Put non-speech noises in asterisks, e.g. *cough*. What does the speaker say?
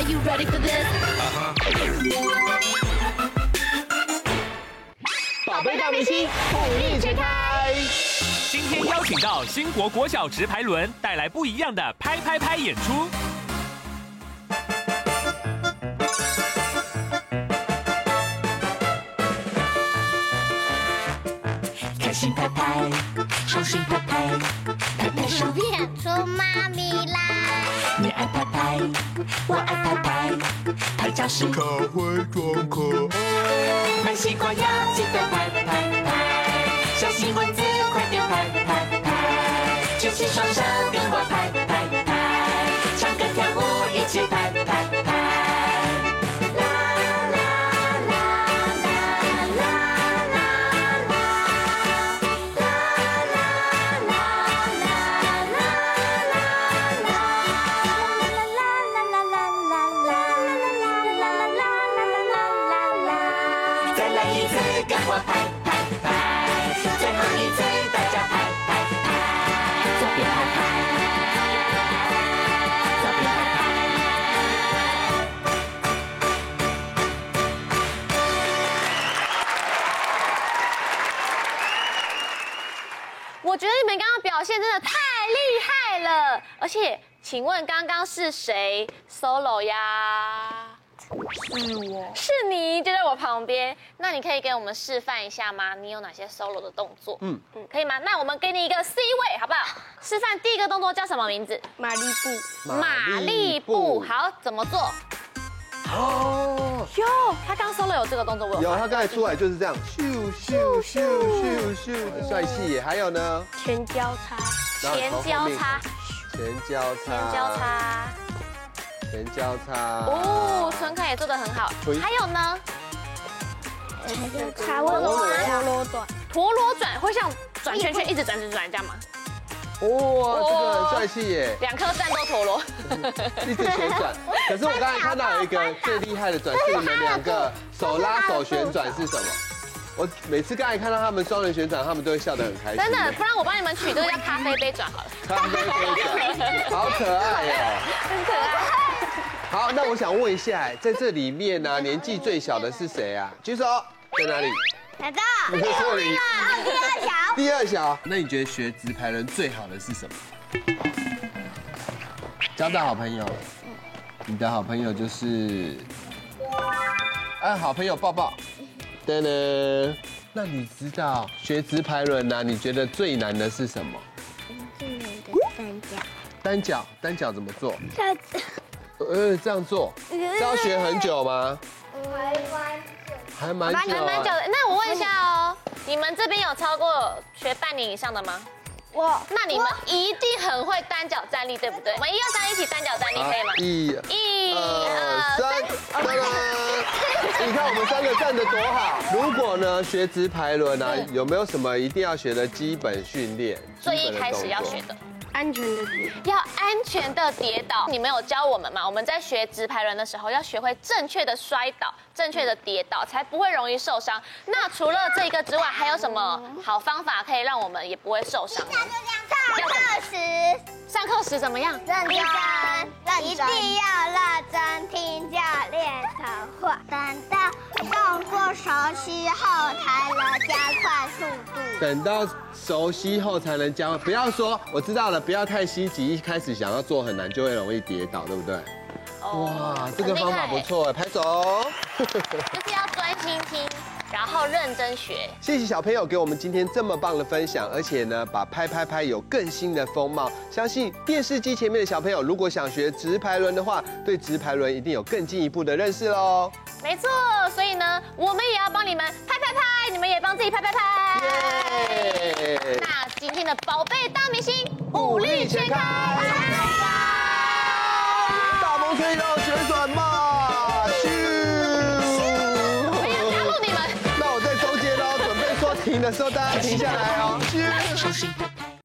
ready for this？宝贝大明星，互力全开。今天邀请到新国国小直排轮带来不一样的拍拍拍演出。开心拍拍，伤心拍拍，拍拍手，变出妈咪啦！你爱拍拍，我爱拍拍，拍照时他会装可爱，买西瓜要记得拍拍拍，小心蚊子快点拍拍拍，举起双手跟我拍拍拍，唱歌跳舞一起拍拍拍。再来一次，跟我拍拍拍，最后一次，大家拍拍拍，左边拍拍，左边拍拍。我觉得你们刚刚表现真的太厉害了，而且，请问刚刚是谁 solo 呀？是我，是你就在我旁边。那你可以给我们示范一下吗？你有哪些 solo 的动作？嗯嗯，可以吗？那我们给你一个 C 位，好不好？示范第一个动作叫什么名字？马丽布，马力步。好，怎么做？哦，哟，他刚 solo 有这个动作，我有 *laughs* 有发他现。刚才出来就是这样，咻咻咻咻咻，帅气。还有呢，全交叉，然后前从后交面叉，前交叉，前交，叉。前交叉。哦，唇凯也做的很好所以。还有呢？卡我陀螺短，陀螺转会像转圈圈，一直转转转这样吗？哇，哦这个很帅气耶，两颗战斗陀螺，一直 *laughs* 旋转。可是我刚才看到有一个最厉害的转，是你们两个手拉手旋转是什么？我每次刚才看到他们双人旋转，他们都会笑得很开心。真的，不然我帮你们取这个叫咖啡杯转好了，咖啡杯转，好可爱哦。很可爱。好，那我想问一下，在这里面呢、年纪最小的是谁啊？举手，在哪里？来到你在这里。第二条，第二小，那你觉得学直排轮最好的是什么？交到好朋友，你的好朋友就是，嗯啊，好朋友抱抱，噔噔。那你知道学直排轮呢、你觉得最难的是什么？最难的单脚。单脚，单脚怎么做？下呃，这样做，嗯这要学很久吗？还蛮久，啊还还蛮久，蛮久的。那我问一下哦，你们这边有超过学半年以上的吗？我那你们一定很会单脚站立，对不对？我们一二三一起单脚站立可以吗好？啊一、一二、呃三，噔噔！你看我们三个站得多好。如果呢学直排轮啊，有没有什么一定要学的基本训练？嗯最一开始要学基的本动作。安全的点，要安全的跌倒。你们有教我们吗？我们在学直排轮的时候，要学会正确的摔倒、正确的跌倒，才不会容易受伤。那除了这个之外，还有什么好方法可以让我们也不会受伤呢？上课时上课时怎么样？认真，一定要认真听教练的话，等到动过熟悉后才能加快速度。等到熟悉后才能教，不要说我知道了，不要太心急。一开始想要做很难，就会容易跌倒，对不对？哇，这个方法不错，拍手。哦就是要专心听，然后认真学。谢谢小朋友给我们今天这么棒的分享，而且呢，把拍拍拍有更新的风貌。相信电视机前面的小朋友，如果想学直排轮的话，对直排轮一定有更进一步的认识喽。没错，所以呢，我们也要帮你们拍拍拍，你们也帮自己拍拍拍。耶！那今天的宝贝大明星武力全开，大风吹到旋转吧，咻！我要加入你们。那我在中间喽，准备说停的时候，大家停下来哦，咻！伤心拍